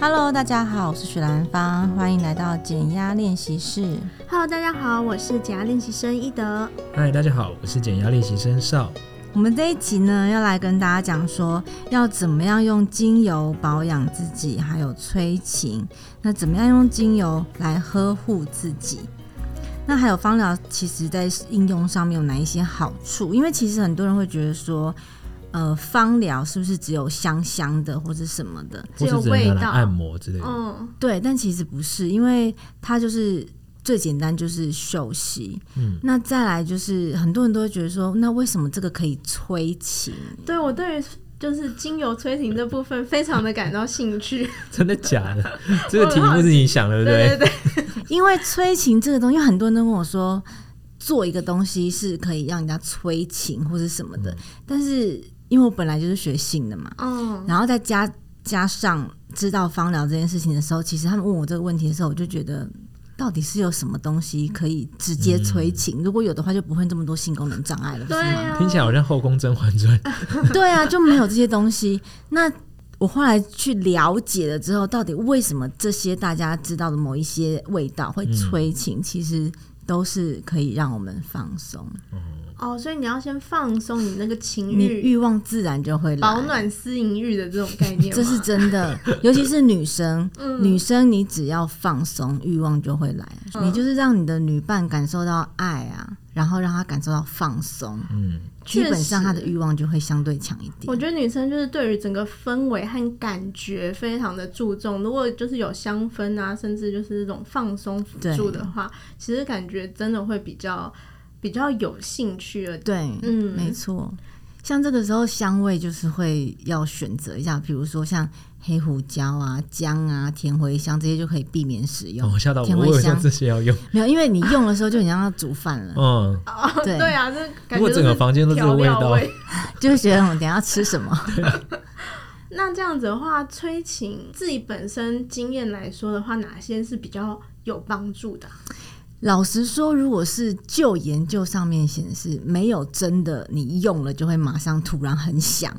Hello，大家好，我是许兰芳，欢迎来到减压练习室。 Hello，大家好，我是减压练习生一德。嗨，大家好，我是减压练习生少。我们这一集呢，要来跟大家讲说，要怎么样用精油保养自己，还有催情。那怎么样用精油来呵护自己？那还有芳疗，其实在应用上面有哪一些好处？因为其实很多人会觉得说，呃，芳疗是不是只有香香的或者什么的？只或有是只能拿味来道按摩之类的。嗯，对，但其实不是，因为它就是最简单，就是休息。嗯，那再来就是很多人都会觉得说，那为什么这个可以催情？对我对于就是精油催情这部分非常的感到兴趣。 真的假的？ 这个题目是你想的，对不 对对？对，因为催情这个东西，很多人都跟我说，做一个东西是可以让人家催情或是什么的，但是因为我本来就是学性的嘛，嗯，然后再加加上知道芳疗这件事情的时候，其实他们问我这个问题的时候，我就觉得。到底是有什么东西可以直接催情？如果有的话，就不会这么多性功能障碍了，不对是吗？啊，听起来好像《后宫甄嬛传》 对啊，就没有这些东西。那我后来去了解了之后，到底为什么这些大家知道的某一些味道会催情，其实都是可以让我们放松，哦，所以你要先放松你那个情你欲，欲望自然就会来。嗯保暖思淫欲的这种概念吗，这是真的，尤其是女生， 嗯女生你只要放松，欲望就会来。嗯你就是让你的女伴感受到爱啊，然后让她感受到放松，嗯，基本上确她实的欲望就会相对强一我点。觉得女生就是对于整个氛围和感觉非常的注重，如果就是有香氛啊，甚至就是这种放松辅助的话，其实感觉真的会比较比较有兴趣了。对，嗯，没错，像这个时候香味就是会要选择一下，比如说像黑胡椒啊、姜啊、甜茴香这些就可以避免使用。哦，吓到甜我，味我以为香像这些要用。没有，因为你用的时候就很像要煮饭了，嗯， 哦，对对啊，这如感觉果就整是个房间都是这个调味料道，味。 就会觉得我们等一下吃什么。那这样子的话，催情自己本身经验来说的话，哪些是比较有帮助的啊？老实说，如果是就研究上面显示，没有真的你用了就会马上突然很响，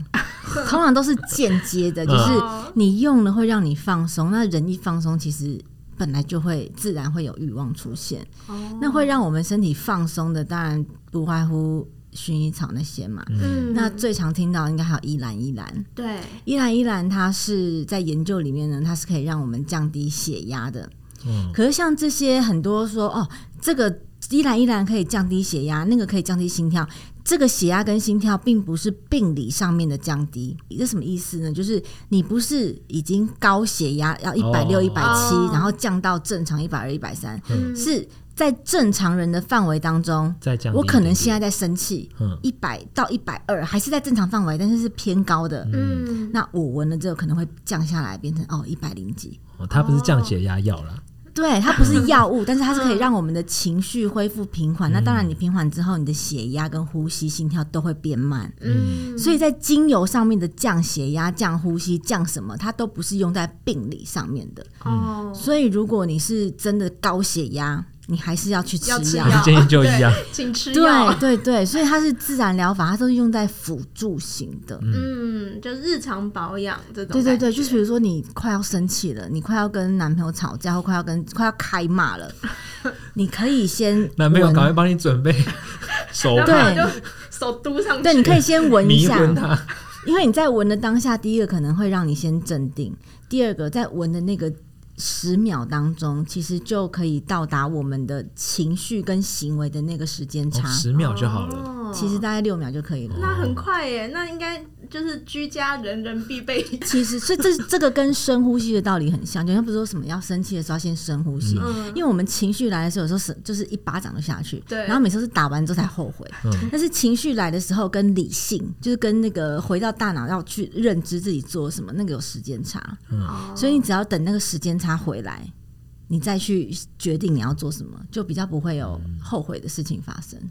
通常都是间接的，就是哦你用了会让你放松，那人一放松，其实本来就会自然会有欲望出现。哦那会让我们身体放松的，当然不外乎薰衣草那些嘛。嗯，嗯，那最常听到应该还有依兰依兰，对依兰依兰它是在研究里面呢，它是可以让我们降低血压的。嗯可是像这些很多说哦，这个依兰依兰可以降低血压，那个可以降低心跳，这个血压跟心跳并不是病理上面的降低，这什么意思呢？就是你不是已经高血压要一百六、一百七哦，然后降到正常一百二、一百三，嗯是在正常人的范围当中，再降低一我点点。可能现在在生气，嗯，一百到一百二还是在正常范围，但是是偏高的。嗯，那我闻了之后可能会降下来，变成哦一百零几。哦它不是降血压药啦。对，它不是药 物，但是它是可以让我们的情绪恢复平嗯缓。那当然，你平缓之后，你的血压跟呼吸、心跳都会变慢。嗯，所以在精油上面的降血压、降呼吸、降什么，它都不是用在病理上面的。嗯哦，所以，如果你是真的高血压，你还是要去吃要吃药。药建议就一样，请吃药对。对对，所以它是自然疗法，它都是用在辅助型的。嗯，就日常保养这种对感觉。对对，就是比如说你快要生气了，你快要跟男朋友吵架，或快要跟快要开骂 了，你可以先男朋友闻赶快帮你准 备手然帕，后就手嘟上去。对，你可以先闻一迷下，昏他。因为你在闻的当下，第一个可能会让你先镇定，第二个在闻的那个十秒当中，其实就可以到达我们的情绪跟行为的那个时间差，哦十秒就好了。哦其实大概六秒就可以了。那很快耶，那应该就是居家人人必备。其实，所以这这个跟深呼吸的道理很像，就像不是说什么要生气的时候要先深呼吸，嗯，因为我们情绪来的时候，有时候是就是一巴掌就下去，对然后每次都是打完之后才后悔。嗯但是情绪来的时候，跟理性就是跟那个回到大脑要去认知自己做什么，那个有时间差，哦所以你只要等那个时间差回来，你再去决定你要做什么，就比较不会有后悔的事情发生。嗯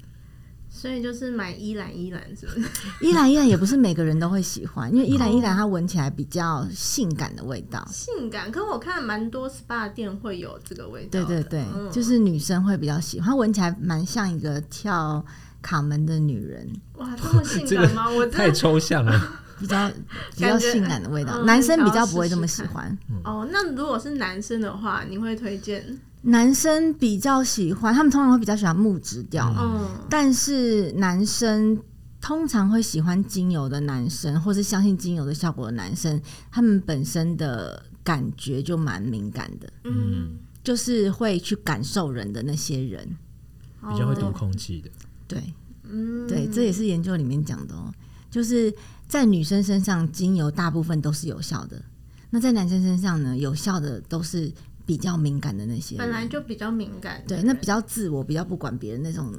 所以就是买依兰依兰是不是？依兰依兰也不是每个人都会喜欢，因为依兰依兰它闻起来比较性感的味道。性感，可我看蛮多 SPA 店会有这个味道对的。对对，嗯就是女生会比较喜欢，它闻起来蛮像一个跳卡门的女人。哇，这么性这感吗？我 个真太的抽象了，比 较比较感觉性感的味道，嗯男生比想较要不会这么喜试试看欢。哦，那如果是男生的话，你会推荐？男生比较喜欢，他们通常会比较喜欢木质调，嗯，但是男生通常会喜欢精油的男生，或是相信精油的效果的男生，他们本身的感觉就蛮敏感的，嗯，就是会去感受人的那些人。比较会读哦，空气的，对嗯，对，这也是研究里面讲的哦，就是在女生身上，精油大部分都是有效的，那在男生身上呢，有效的都是比较敏感的那些人本来就比较敏感的对，人，那比较自我，比较不管别人那种，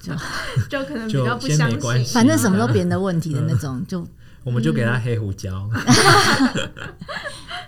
就可能比就较不先相没关信，系反正什么都别人的问题的那种，就我们就给他黑胡椒。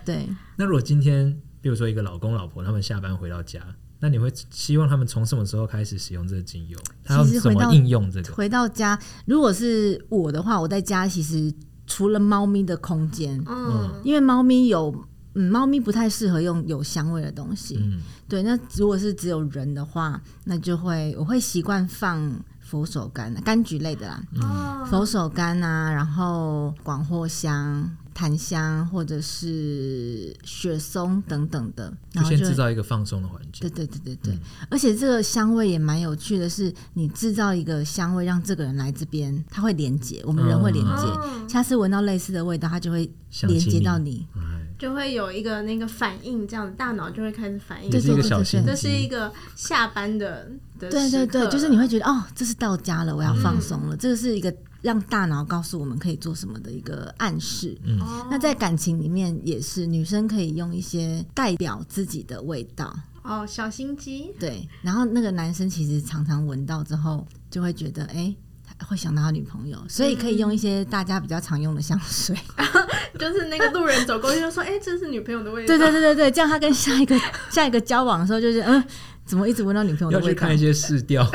对。那如果今天，比如说一个老公老婆他们下班回到家，那你会希望他们从什么时候开始使用这个精油？他要其实怎回到么应用这个？回到家，如果是我的话，我在家其实除了猫咪的空间，嗯，因为猫咪有。嗯，猫咪不太适合用有香味的东西。嗯，对，那如果是只有人的话，那就会我会习惯放佛手柑、柑橘类的啦，嗯哦佛手柑啊，然后广藿香、檀香或者是雪松等等的，就然后先就制造一个嗯放松的环境对。对对对对，而且这个香味也蛮有趣的是，你制造一个香味让这个人来这边，他会连接，我们人会连接，哦下次闻到类似的味道，他就会嗯想连起接你到你。哎，就会有一个那个反应，这样大脑就会开始反应也。是一个小心这是一机。个下班的的对对时刻对，就是你会觉得哦，这是到家了，我要放松了，这个是一个让大脑告诉我们可以做什么的一个暗示。哦那在感情里面也是，女生可以用一些代表自己的味道，哦小心机，对。然后那个男生其实常常闻到之后，就会觉得哎、诶他会想到他女朋友，所以可以用一些大家比较常用的香水。就是那个路人走过去就说：“ 哎、这是女朋友的味道。”对对对对对，这样他跟下一个下一个交往的时候，就是嗯，怎么一直闻到女朋友要的去味道看一？些试调，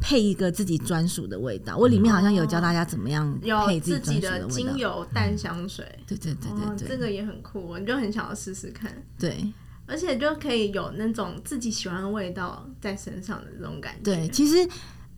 配一个自己专属的味道。我里面好像有教大家怎么样配嗯有自自己己专的属味精道。油淡香水，对对对哦，对这对个也很酷，你就很想要试试看，对而且就可以有那种自己喜欢的味道在身上的这种感觉。对，其实。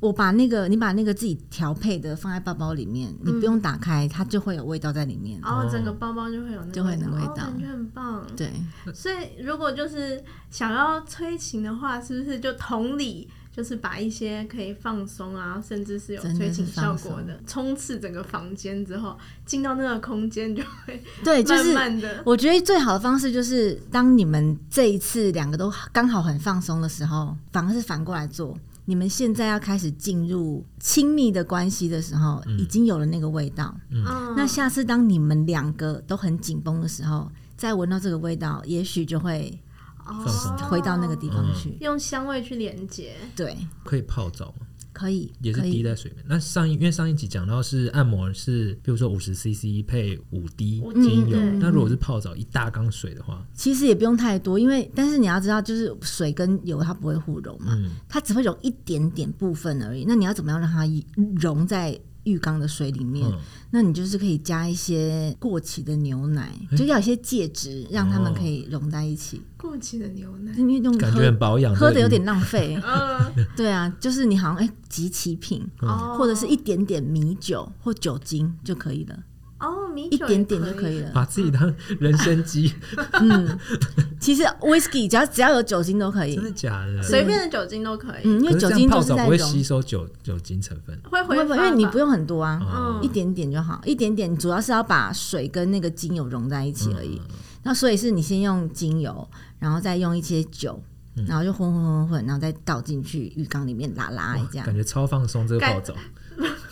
我把那个，你把那个自己调配的放在包包里嗯面，你不用打开，它就会有味道在里面。然后整个包包就会有那个哦就会有那个味哦道感觉很棒。对，所以如果就是想要催情的话，是不是就同理？就是把一些可以放松啊，甚至是有真的催情是效放果的，冲刺整个房间之后，进到那个空间就会对，就是慢慢的，我觉得最好的方式就是，当你们这一次两个都刚好很放松的时候，反而是反过来做。你们现在要开始进入亲密的关系的时候，已经有了那个味道。嗯，那下次当你们两个都很紧绷的时候，再闻到这个味道，也许就会哦放松回到那个地方嗯去。用香味去连接，对，可以泡澡吗？可以，也是可滴以。在水面。那上一因为上一集讲到是按摩是，比如说五十 CC 配五滴五滴精油对，那如果是泡澡一大缸水的话，其实也不用太多，因为但是你要知道，就是水跟油它不会互溶嘛，嗯，它只会溶一点点部分而已。那你要怎么样让它溶在浴缸的水里面？嗯那你就是可以加一些过期的牛奶，就要有一些介质，让它们可以融在一起。过期的牛奶，，因为用哦感觉喝很保养，喝的这个有鱼点浪 费嗯，对啊，就是你好像哎、集齐品，嗯哦或者是一点点米酒或酒精就可以了，哦，米一酒点点就可可以了。嗯把自己啊当人参鸡， 其实 whisky 只要只要有酒精都可以真，的假的？随便的酒精都可以，嗯，因为可是酒这样精就泡是澡在不会吸溶，收酒酒精成分，会不挥会不发会，吧，因为你不用很多啊。嗯一点点就好，一点点，主要是要把水跟那个精油融在一起而已。嗯那所以是你先用精油，然后再用一些酒，嗯然后就混混混混，然后再倒进去浴缸里面拉拉哇这样感。觉超放松。这个感泡澡，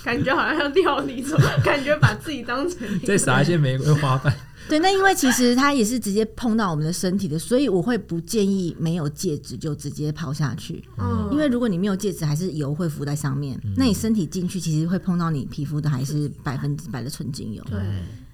感觉好像要料理什么， 感觉把自己当成一个再撒一些玫瑰花 瓣，对，那因为其实它也是直接碰到我们的身体的，所以我会不建议没有戒指就直接抛下去，嗯因为如果你没有戒指，还是油会浮在上面，那你身体进去其实会碰到你皮肤的还是百分之百的纯精油。对。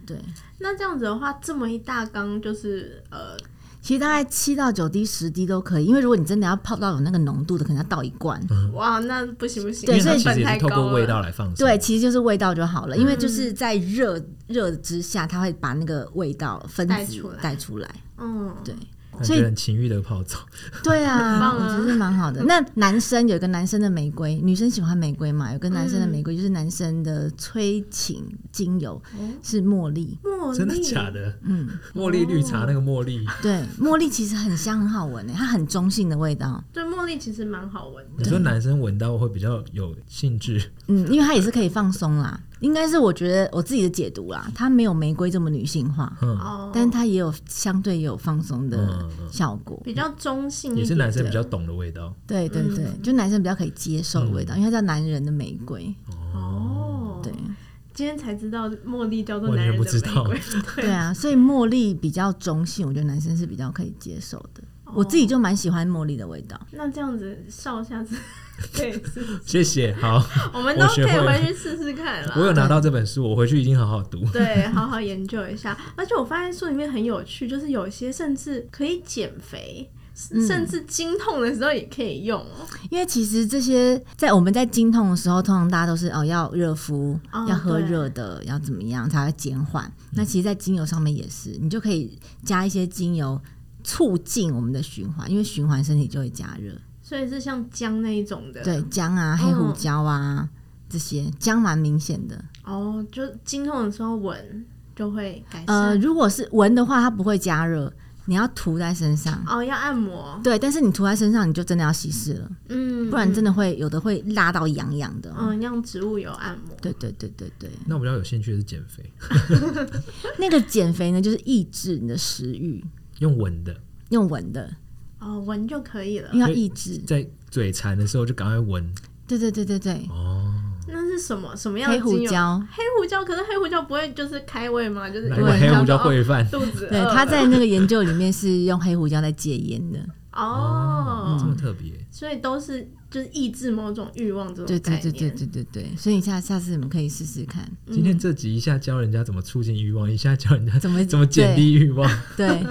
对，那这样子的话，这么一大缸就是呃，其实大概七到九滴、十滴都可以，因为如果你真的要泡到有那个浓度的，可能要倒一罐。哇，那不行不行，对因为所它以其实也太是透高过了味道来放松。对，，其实就是味道就好嗯了，因为就是在热热之下，它会把那个味道分带子出来带出来。嗯，对。感所以觉很情欲的泡澡。 对啊，很棒我啊觉得是蛮 好的。那男生有一个男生的玫瑰，女生喜欢玫瑰嘛？有个男生的玫瑰、嗯就是男生的催情精油哦是茉莉，茉莉，真的假？的？嗯，茉莉绿茶那个茉莉，对，茉莉其实很香，很好闻诶，它很中性的味道，对，茉莉其实蛮好闻的。你说男生闻到会比较有兴致，嗯，因为它也是可以放松啦。应该是我觉得我自己的解读啦，它没有玫瑰这么女性化，嗯，哦，但它也有相对有放松的嗯嗯效果。比较中性一点，也是男生比较懂的味道。对对对，就男生比较可以接受的味嗯道，因为它叫男人的玫瑰。哦。对，今天才知道茉莉叫做完男全人不的知玫道瑰， 对啊，所以茉莉比较中性，我觉得男生是比较可以接受的。哦我自己就蛮喜欢茉莉的味道。那这样子少 下次可以试，谢谢，好，我们都我可学以会了回去试试看啦。我有拿到这本书，我回去一定好好读。对，好好研究一下。而且我发现书里面很有趣，就是有些甚至可以减肥，甚嗯至经痛的时候也可以用哦。因为其实这些在我们在经痛的时候，通常大家都是哦要热敷，哦要喝热的，要怎么样才会减缓。那其实，在精油上面也是，你就可以加一些精油。促进我们的循环，因为循环身体就会加热。所以是像姜那一种的，对，姜啊、黑胡椒啊、这些，姜蛮明显的。哦，就经痛的时候闻就会改善。呃，如果是闻的话，它不会加热，你要涂在身上。哦，要按摩，对，但是你涂在身上，你就真的要稀释了，嗯，不然真的会有的会辣到痒痒的。嗯，让植物油按摩。对对对对对，那我比较有兴趣的是减肥，那个减肥呢，就是抑制你的食欲，用闻的，用闻的，哦，闻就可以了因。为要抑制。在嘴馋的时候就赶快闻对对对对对，哦，那是什么什么样的黑胡精油？椒，黑胡椒，可是黑胡椒不会就是开胃吗？就是来对个黑胡椒会烩饭，哦肚子饿对，它在那个研究里面是用黑胡椒在戒烟 的。哦这，么特别，所以都是就是抑制某种欲望这种对对概对对念。嗯对对对，所以你下下次你们可以试试看，今天这集一下教人家怎么促进欲望，一下教人家怎么怎么 减低欲望，对。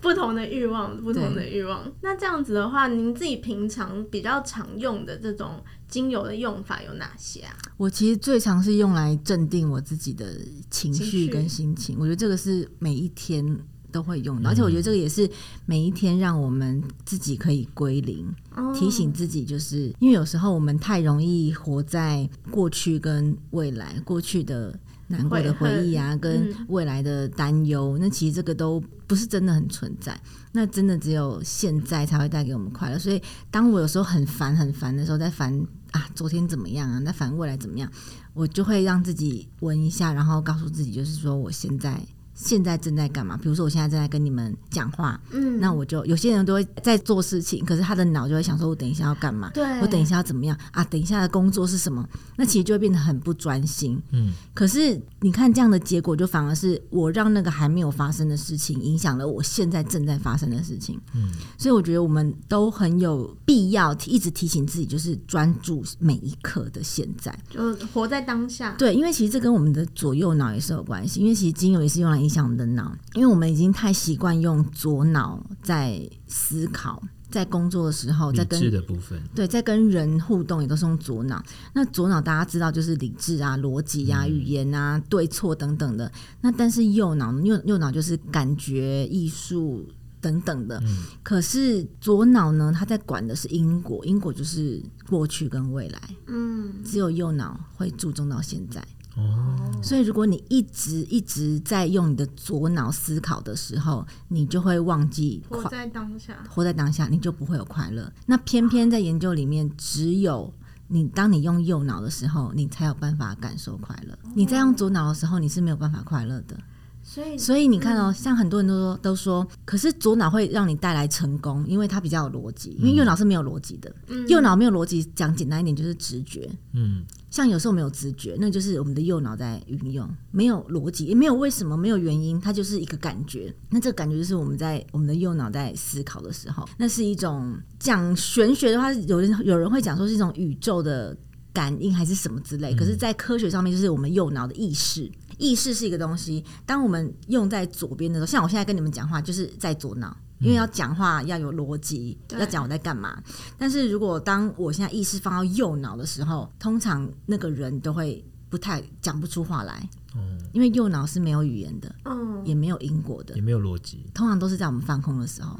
不同的欲望，不同的欲望。那这样子的话，您自己平常比较常用的这种精油的用法有哪些啊？我其实最常是用来镇定我自己的情情绪绪跟心情，我觉得这个是每一天都会嗯用的，而且我觉得这个也是每一天让我们自己可以归零，哦提醒自己，就是因为有时候我们太容易活在过去跟未来，过去的。难过的悔恨回忆啊，跟嗯未来的担忧，那其实这个都不是真的很存在，那真的只有现在才会带给我们快乐。所以，当我有时候很烦很烦的时候，在烦啊昨天怎么样啊，在烦未来怎么样，我就会让自己闻一下，然后告诉自己，就是说我现在现在正在干嘛。比如说我现在正在跟你们讲话，嗯，那我就有些人都会在做事情，可是他的脑就会想说，我等一下要干嘛？对，我等一下要怎么样啊？等一下的工作是什么？那其实就会变得很不专心。嗯，可是你看这样的结果，就反而是我让那个还没有发生的事情，影响了我现在正在发生的事情。嗯，所以我觉得我们都很有必要提一直提醒自己，就是专注每一刻的现在。就活在当下。对，因为其实这跟我们的左右脑也是有关系，因为其实精油也是用来影响我们的脑，因为我们已经太习惯用左脑在思考，在工作的时候，哦在理跟智的部分，对，在跟人互动也都是用左脑。那左脑大家知道就是理智啊、逻辑啊、嗯语言啊、对错等等的。那但是右脑，右右脑就是感觉、艺术等等的。嗯可是左脑呢，它在管的是因果，因果就是过去跟未来。嗯，只有右脑会注重到现在。哦，所以，如果你一直一直在用你的左脑思考的时候，你就会忘记快活在当下。活在当下，你就不会有快乐。那偏偏在研究里面，只有你当你用右脑的时候，你才有办法感受快乐。哦你在用左脑的时候，你是没有办法快乐的。嗯所以所以你看嗯哦，像很多人都说都说，可是左脑会让你带来成功，因为它比较有逻辑，因为右脑是没有逻辑的。嗯右脑没有逻辑，讲简单一点就是直觉。嗯，像有时候没有直觉，那就是我们的右脑在运用，没有逻辑，也没有为什么，没有原因，它就是一个感觉。那这个感觉就是我们在我们的右脑在思考的时候，那是一种讲玄学的话，有人有人会讲说是一种宇宙的感应还是什么之类。可是，在科学上面，就是我们右脑的意识，意识是一个东西。当我们用在左边的时候，像我现在跟你们讲话，就是在左脑。因为要讲话要有逻辑，对要讲我在干嘛，但是如果当我现在意识放到右脑的时候，通常那个人都会不太讲不出话来，哦，因为右脑是没有语言的，嗯，也没有因果的也，没有逻辑，通常都是在我们放空的时候。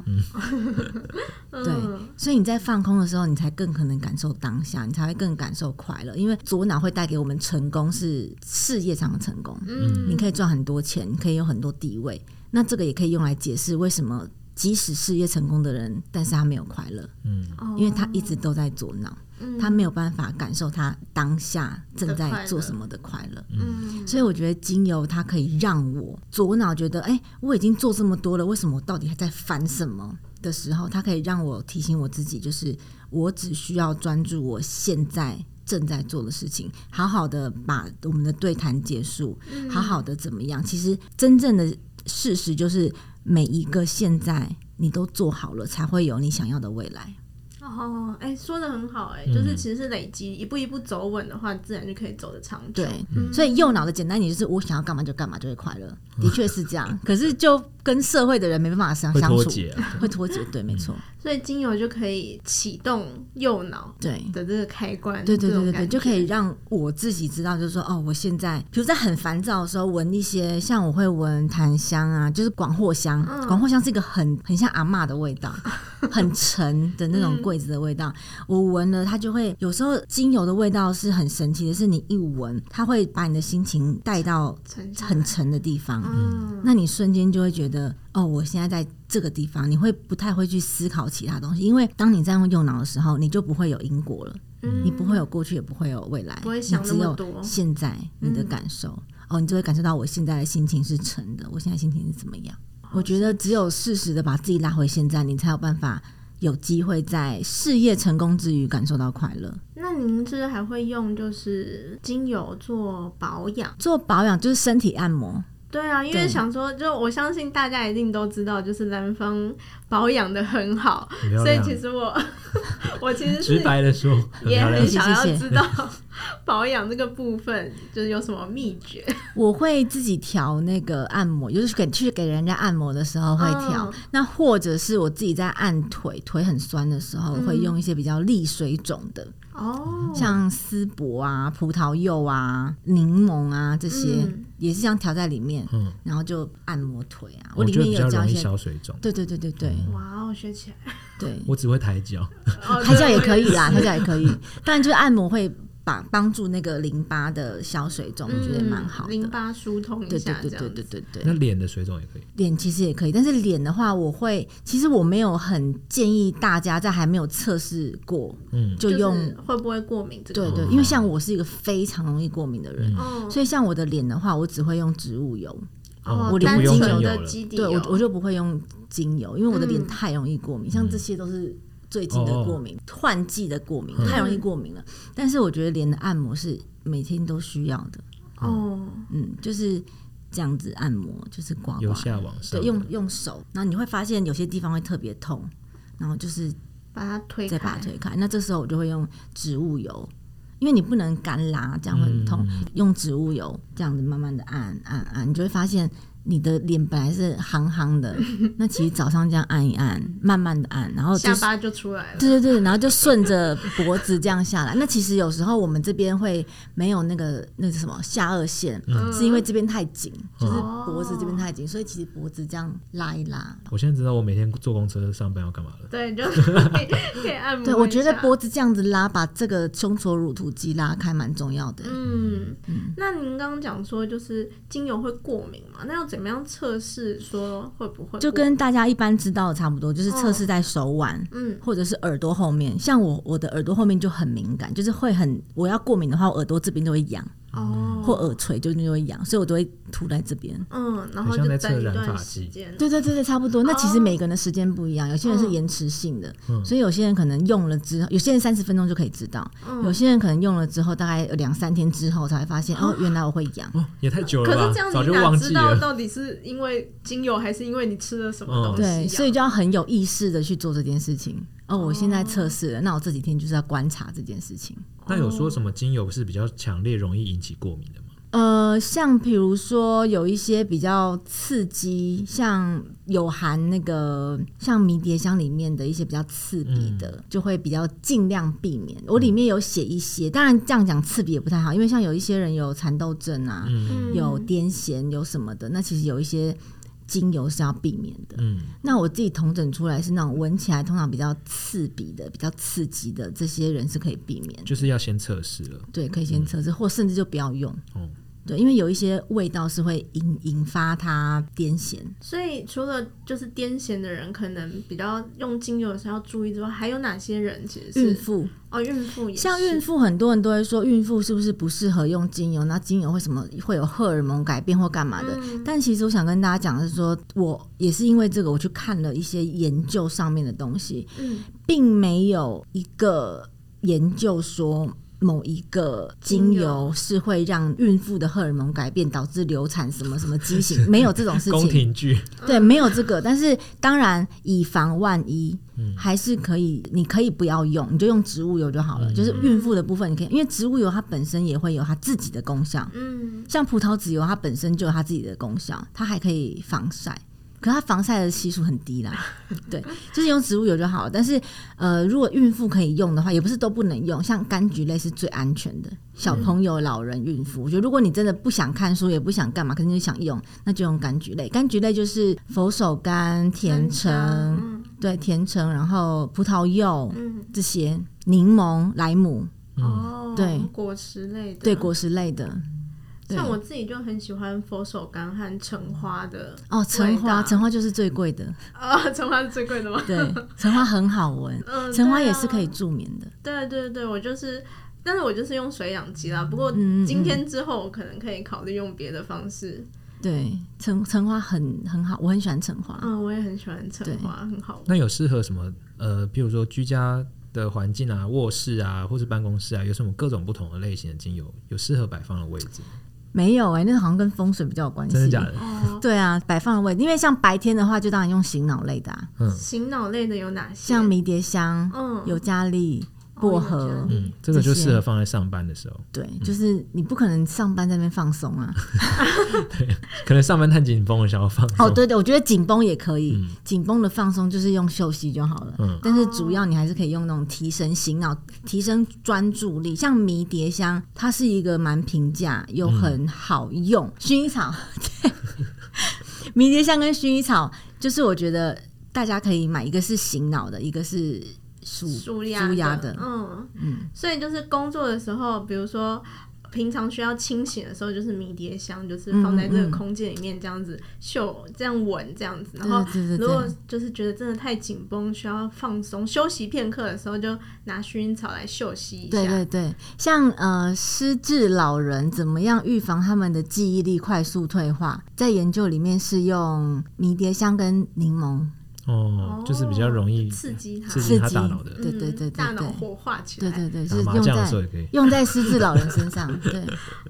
嗯对，所以你在放空的时候，你才更可能感受当下，你才会更感受快乐。因为左脑会带给我们成功，是事业上的成功，嗯，你可以赚很多钱，你可以有很多地位。那这个也可以用来解释为什么即使事业成功的人，但是他没有快乐， 嗯，哦，因为他一直都在左脑，嗯他没有办法感受他当下正的快在乐做什么的快乐。嗯所以我觉得精油它可以让我左脑觉得，哎、我已经做这么多了，为什么我到底还在烦什么的时候，它可以让我提醒我自己，就是我只需要专注我现在正在做的事情，好好的把我们的对谈结束，嗯好好的怎么样？其实真正的事实就是，每一个现在你都做好了，才会有你想要的未来。哦，哎、说的很好、哎、嗯就是其实是累积，一步一步走稳的话，自然就可以走得长久。对，嗯所以右脑的简单一点就是我想要干嘛就干嘛就会快乐，嗯的确是这样。 可是就跟社会的人没办法相会相脱处，节啊，嗯会脱节，对，没错，所以精油就可以启动右脑对。的这个开关，对对这对种对感对，觉就可以让我自己知道，就是说，哦，我现在，比如在很烦躁的时候，闻一些，像我会闻檀香啊，就是广藿香，嗯广藿香是一个很很像阿嬷的味道，很沉的那种柜子的味道。我闻了，它就会有时候精油的味道是很神奇的，是你一闻，它会把你的心情带到沉下来很沉的地方。嗯，那你瞬间就会觉得，哦，我现在在这个地方，你会不太会去思考其他东西，因为当你在用右脑的时候，你就不会有因果了，嗯你不会有过去，也不会有未来，不会想你那只么有多，嗯现在你的感受。哦，你就会感受到我现在的心情是沉的，我现在心情是怎么样？哦我觉得只有适时的把自己拉回现在，你才有办法有机会在事业成功之余感受到快乐。那您是不是还会用就是精油做保养？做保养就是身体按摩，对啊，因为对想说，就我相信大家一定都知道，就是兰芳保养的很好，很漂所以亮。其实我 我其实直是白的说，很也漂亮很。想要谢谢知道 保养这个部分就是有什么秘诀，我会自己调那个按摩，就是给去给人家按摩的时候会调。嗯那或者是我自己在按腿，腿很酸的时候，嗯会用一些比较利水肿的，哦，像丝柏啊、葡萄柚啊、柠檬啊这些，嗯也是这样调在里面，嗯，然后就按摩腿啊。我里觉得面也哦比较有加容一易嗯些，小水肿，对对对对对哇哦，学起来，对，我只会抬脚，哦 抬脚也可以，啦，对抬脚也可以。 当然就是按摩会把帮助那个淋巴的小水肿，我我也是觉得蛮好嗯的淋。巴疏通一对对下，对这对样对子，对对。那脸的水肿也可以。脸其实也可以，但是脸的话，我会其实我没有很建议大家在还没有测试过嗯，就用，是会不会过敏这个对部分？对，因为像我是一个非常容易过敏的人，嗯哦，所以像我的脸的话，我只会用植物油，哦，我单不用纯精油的了基底对我油我就不会用精油，因为我的脸嗯太容易过敏，像这些都是。最近的过敏，换季的过敏，哦嗯太容易过敏了。但是我觉得脸的按摩是每天都需要的，哦，嗯，就是这样子按摩，就是刮由刮，下往上对，，用用手，然后你会发现有些地方会特别痛，然后就是把它推再把开它，推开。那这时候我就会用植物油，因为你不能干拉，这样会很痛。用植物油这样子慢慢的按按按，你就会发现你的脸本来是行行 的，那其实早上这样按一按，慢慢的按，然后哦就下是。巴就出来了。对对对，然后就顺着脖子这样下来。那其实有时候我们这边会没有那个那是什么下颚线，是因为这边太紧，就是嗯脖子这边太紧，所以其实脖子这样拉一拉，我现在知道我每天坐公车上班要干嘛了。对， 就可以可以嗯按摩一下。对，我觉得脖子这样子拉，把这个胸锁乳突肌拉开蛮重要的。嗯，那您刚刚讲说就是精油会过敏嘛？那要怎么样测试说会不会过敏？就跟大家一般知道的差不多，就是测试在手腕。嗯或者是耳朵后面，像我我的耳朵后面就很敏感，就是会很我要过敏的话，我耳朵这边就会痒，哦或耳垂就就会痒，所以我都会涂在这边。嗯，然后很像就在等测一染段发时剂间。对对对对，差不多。那其实哦每个人的时间不一样，有些人是嗯延迟性的，嗯所以有些人可能用了之后，有些人三十分钟就可以知道，嗯有些人可能用了之后大概有两三天之后才会发现，哦，原来我会痒。哦，也太久可了是这吧，样早你就哪忘知记道了。嗯到底是因为精油还是因为你吃了什么东西、啊对，所以就要很有意识的去做这件事情。哦，我现在测试了，那我这几天就是要观察这件事情。哦那有说什么精油是比较强烈容易引起过敏的吗？呃，像比如说有一些比较刺激，像有含那个像迷迭香里面的一些比较刺鼻的，就会比较尽量避免。我里面有写一些，当然这样讲刺鼻也不太好，因为像有一些人有蚕豆症啊，嗯嗯有癫痫，有什么的，那其实有一些精油是要避免的。嗯那我自己统整出来是那种闻起来通常比较刺鼻的、比较刺激的，这些人是可以避免的。就是要先测试了。对，可以先测试，或甚至就不要用。哦，对，因为有一些味道是会引引发他癫痫。所以除了就是癫痫的人，可能比较用精油的时候要注意之外，还有哪些人其实孕是妇，哦，孕妇也像是孕妇，很多人都会说孕妇是不是不适合用精油？那精油会什么会有荷尔蒙改变或干嘛啊的？嗯但其实我想跟大家讲的是说，我也是因为这个，我去看了一些研究上面的东西，嗯并没有一个研究说某一个精精油油是会让孕妇的荷尔蒙改变导致流产什么什么畸 形，没有这种事宫情。廷剧，对，没有这个，但是当然以防万一，嗯还是可以，你可以不要用，你就用植物油就好了。嗯就是孕妇的部分，你可以，因为植物油它本身也会有它自己的功效，嗯像葡萄籽油它本身就有它自己的功效，它还可以防晒。可它防晒的系数很低啦，对，就是用植物油就好了。但是，呃，如果孕妇可以用的话，也不是都不能用，像柑橘类是最安全的。小朋友、老人、孕妇，我觉得如果你真的不想看书，也不想干嘛，可是你想用，那就用柑橘类。柑橘类就是佛手柑、甜橙，嗯对，甜橙，然后葡萄柚嗯这些，柠檬、莱姆，嗯，哦，对果实类的对，啊果实类的。对像我自己就很喜欢佛手柑和橙花的哦，橙味花，道橙花就是最贵的，啊，橙花是最贵的吗？对，橙花很好闻，嗯，橙花对啊也是可以助眠的。对对对，我就是，但是我就是用水养鸡啦。不过嗯嗯今天之后，我可能可以考虑用别的方式。对，橙橙花很很好，我很喜欢橙花。嗯，我也很喜欢橙花，很好闻。那有适合什么？呃，比如说居家的环境啊、卧室啊，或是办公室啊，有什么各种不同的类型的精油，有适合摆放的位置？没有哎、那个好像跟风水比较有关系。真的假的？哦，对啊，摆放的位置，因为像白天的话，就当然用醒脑类的、啊，嗯醒脑类的有哪些？像迷迭香、嗯，尤加利、哦薄有加荷利。嗯，这个就这些适合放在上班的时候，对，就是你不可能上班在那边放松啊。可能上班太紧绷了，想要放松。哦，对对，我觉得紧绷也可以嗯，紧绷的放松就是用休息就好了。嗯但是主要你还是可以用那种提神醒脑、提升专注力，像迷迭香，它是一个蛮平价又很好用。薰衣草， 对，迷迭香跟薰衣草，就是我觉得大家可以买，一个是醒脑的，一个是舒舒压舒压的嗯嗯，所以就是工作的时候，比如说平常需要清醒的时候，就是迷迭香，就是放在这嗯嗯个嗯空间里面这样子嗅，这样闻这样子。然对后嗯对对如对果就是觉得真的太紧绷，需要放松休息片刻的时候，就拿薰衣草来休息一下。对对对，像呃失智老人怎么样预防他们的记忆力快速退化，在研究里面是用迷迭香跟柠檬，哦，就是比较容易刺激它，刺激激他大脑的。对对对对嗯大脑对活化起来。对对对，打是麻用将的时候在也可以。用在失智老人身上，对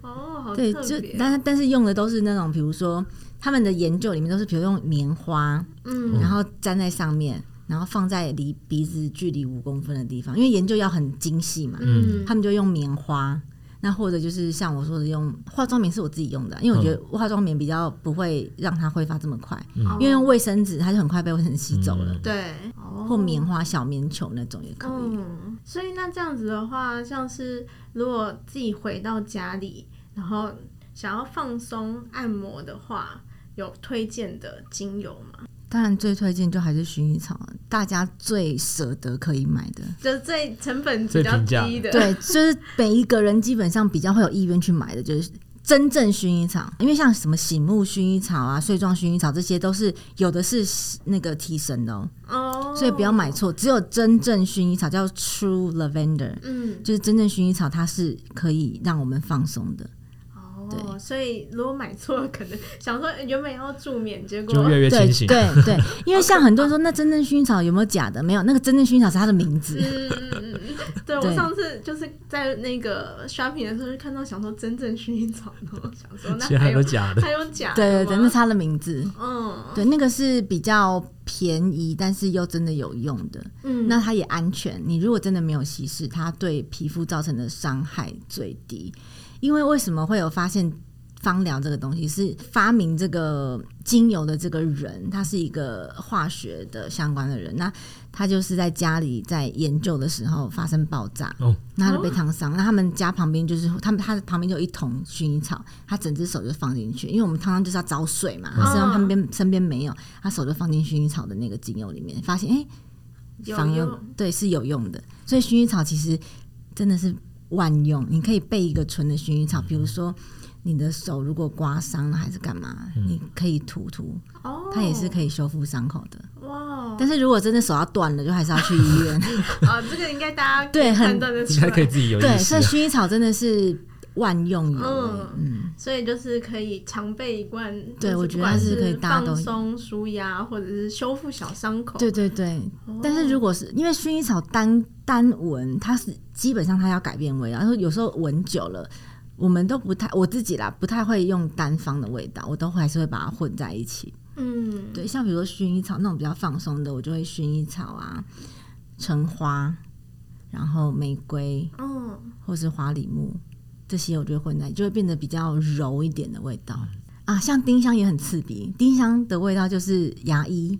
哦， 好对，特就别。但但是用的都是那种，比如说他们的研究里面都是，比如用棉花，嗯然后粘在上面，然后放在离鼻子距离五公分的地方，因为研究要很精细嘛，嗯他们就用棉花。那或者就是像我说的用化妆棉是我自己用的，因为我觉得化妆棉比较不会让它挥发这么快，哦因为用卫生纸它就很快被卫生纸吸走了，嗯对哦或棉花小棉球那种也可以。嗯，所以那这样子的话，像是如果自己回到家里，然后想要放松按摩的话，有推荐的精油吗？当然最推荐就还是薰衣草，大家最舍得可以买的。就是最成本比最较平价低的，对，就是每一个人基本上比较会有意愿去买的，就是真正薰衣草，因为像什么醒目薰衣草啊、碎状薰衣草，这些都是有的是那个提神的哦，哦，所以不要买错。只有真正薰衣草叫 True Lavender，嗯就是真正薰衣草，它是可以让我们放松的。哦，对所以如果买错，可能想说原本要助眠，结就果越来越对清醒。对对，因为像很多人说，那真正薰衣草有没有假的？没有，那个真正薰衣草是它的名 字。嗯 嗯嗯嗯，对我对上次就是在那个 shopping 的时候就看到想说真正薰衣草，然 后想说那 其他还都有假的，还有假对对的对，那吗是它的名字。嗯对，那个是比较便宜，但是又真的有用的。嗯那它也安全。你如果真的没有稀释，它对皮肤造成的伤害最低。因为为什么会有发现芳疗这个东西，是发明这个精油的这个人，他是一个化学的相关的人，那他就是在家里在研究的时候发生爆炸，哦，那他就被烫伤。那他们家旁边就是他们他的旁边就有一桶薰衣草，他整只手就放进去，因为我们烫伤就是要找水嘛，哦他身上旁边身边没有，他手就放进薰衣草的那个精油里面，发现哎、有反而用对是有用的。所以薰衣草其实真的是万用，你可以备一个纯的薰衣草，比如说你的手如果刮伤了还是干嘛，嗯你可以涂涂，哦，它也是可以修复伤口的。哇但是如果真的手要断了，就还是要去医院。 啊，这个应该大家可以 对很判断的应出该来，可以自己有对，意识所以啊。薰衣草真的是万用油、欸嗯嗯，所以就是可以常备一罐，对就是我觉得不管是是可以大家都放松、舒压，或者是修复小伤口。对对对。哦，但是如果是因为薰衣草单单闻，它是基本上它要改变味道，然后有时候闻久了。我们都不太我自己啦，不太会用单方的味道，我都会还是会把它混在一起。嗯，对，像比如说薰衣草那种比较放松的，我就会薰衣草啊、橙花，然后玫瑰嗯，或是花梨木这些，我就会混在，就会变得比较柔一点的味道啊。像丁香也很刺鼻，丁香的味道就是牙医，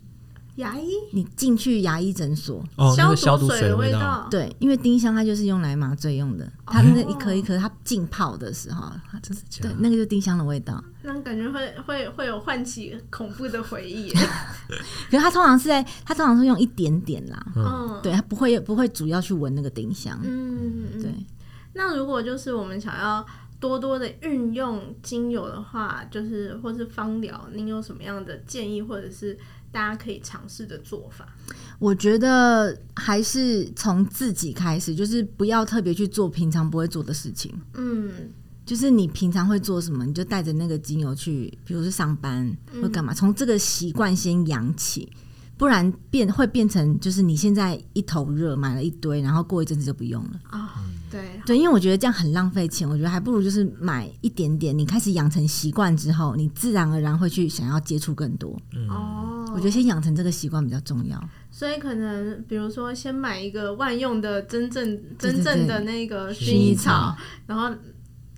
牙医你进去牙医诊所，哦，那个消毒毒水的的味道，道，对，因为丁香它就是用来麻醉用的，它那个一颗一颗，它浸泡的时候，它哦啊真的假对的，？那个就是丁香的味道。让感觉会会会有唤起恐怖的回忆。 可是它通常是在，它通常是用一点点啦，嗯，嗯，对，它不会不会主要去闻那个丁香，嗯，嗯，对。那如果就是我们想要多多的运用精油的话，就是或是芳疗，您有什么样的建议，或者是大家可以尝试的做法？我觉得还是从自己开始，就是不要特别去做平常不会做的事情。嗯，就是你平常会做什么，你就带着那个精油去，比如说上班嗯或干嘛，从这个习惯先养起，不然变会变成就是你现在一头热买了一堆，然后过一阵子就不用了。啊、对，对，因为我觉得这样很浪费钱，我觉得还不如就是买一点点，你开始养成习惯之后，你自然而然会去想要接触更多。哦，我觉得先养成这个习惯比较重要。所以可能比如说先买一个万用的真正对对真正的那个薰衣草，然后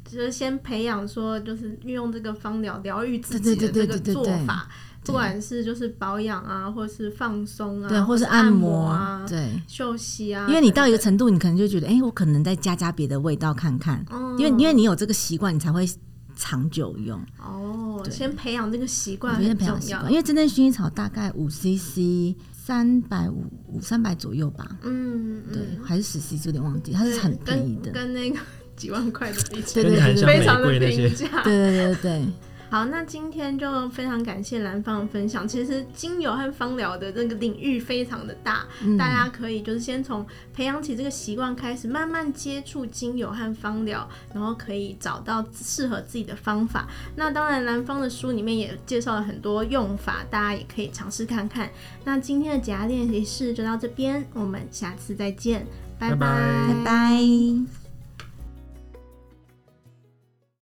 就是先培养说就是运用这个芳疗疗愈自对己的对对这个对对做对法，对不管是就是保养啊，或是放松啊，对，或是是按摩摩，啊、对。休息啊，因为你到一个等程度，你可能就觉得，哎、我可能再加加别的味道看看，等，因为嗯因为你有这个习惯，你才会长久用。哦，对先培养这个习我惯觉得很培重养习要惯，，因为真正薰衣草大概五 CC，三百五五三百左右吧，嗯，嗯对，还是十 CC，有点忘记，它是对很便宜跟的。跟那个 几万块的比起对来，对跟你很对对像非玫常的瑰那平些，价，对对对对好，那今天就非常感谢兰芳的分享。其实精油和芳疗的这个领域非常的大，嗯大家可以就是先从培养起这个习惯开始，慢慢接触精油和芳疗，然后可以找到适合自己的方法。那当然，兰芳的书里面也介绍了很多用法，大家也可以尝试看看。那今天的解压练习室就到这边，我们下次再见，拜拜拜拜。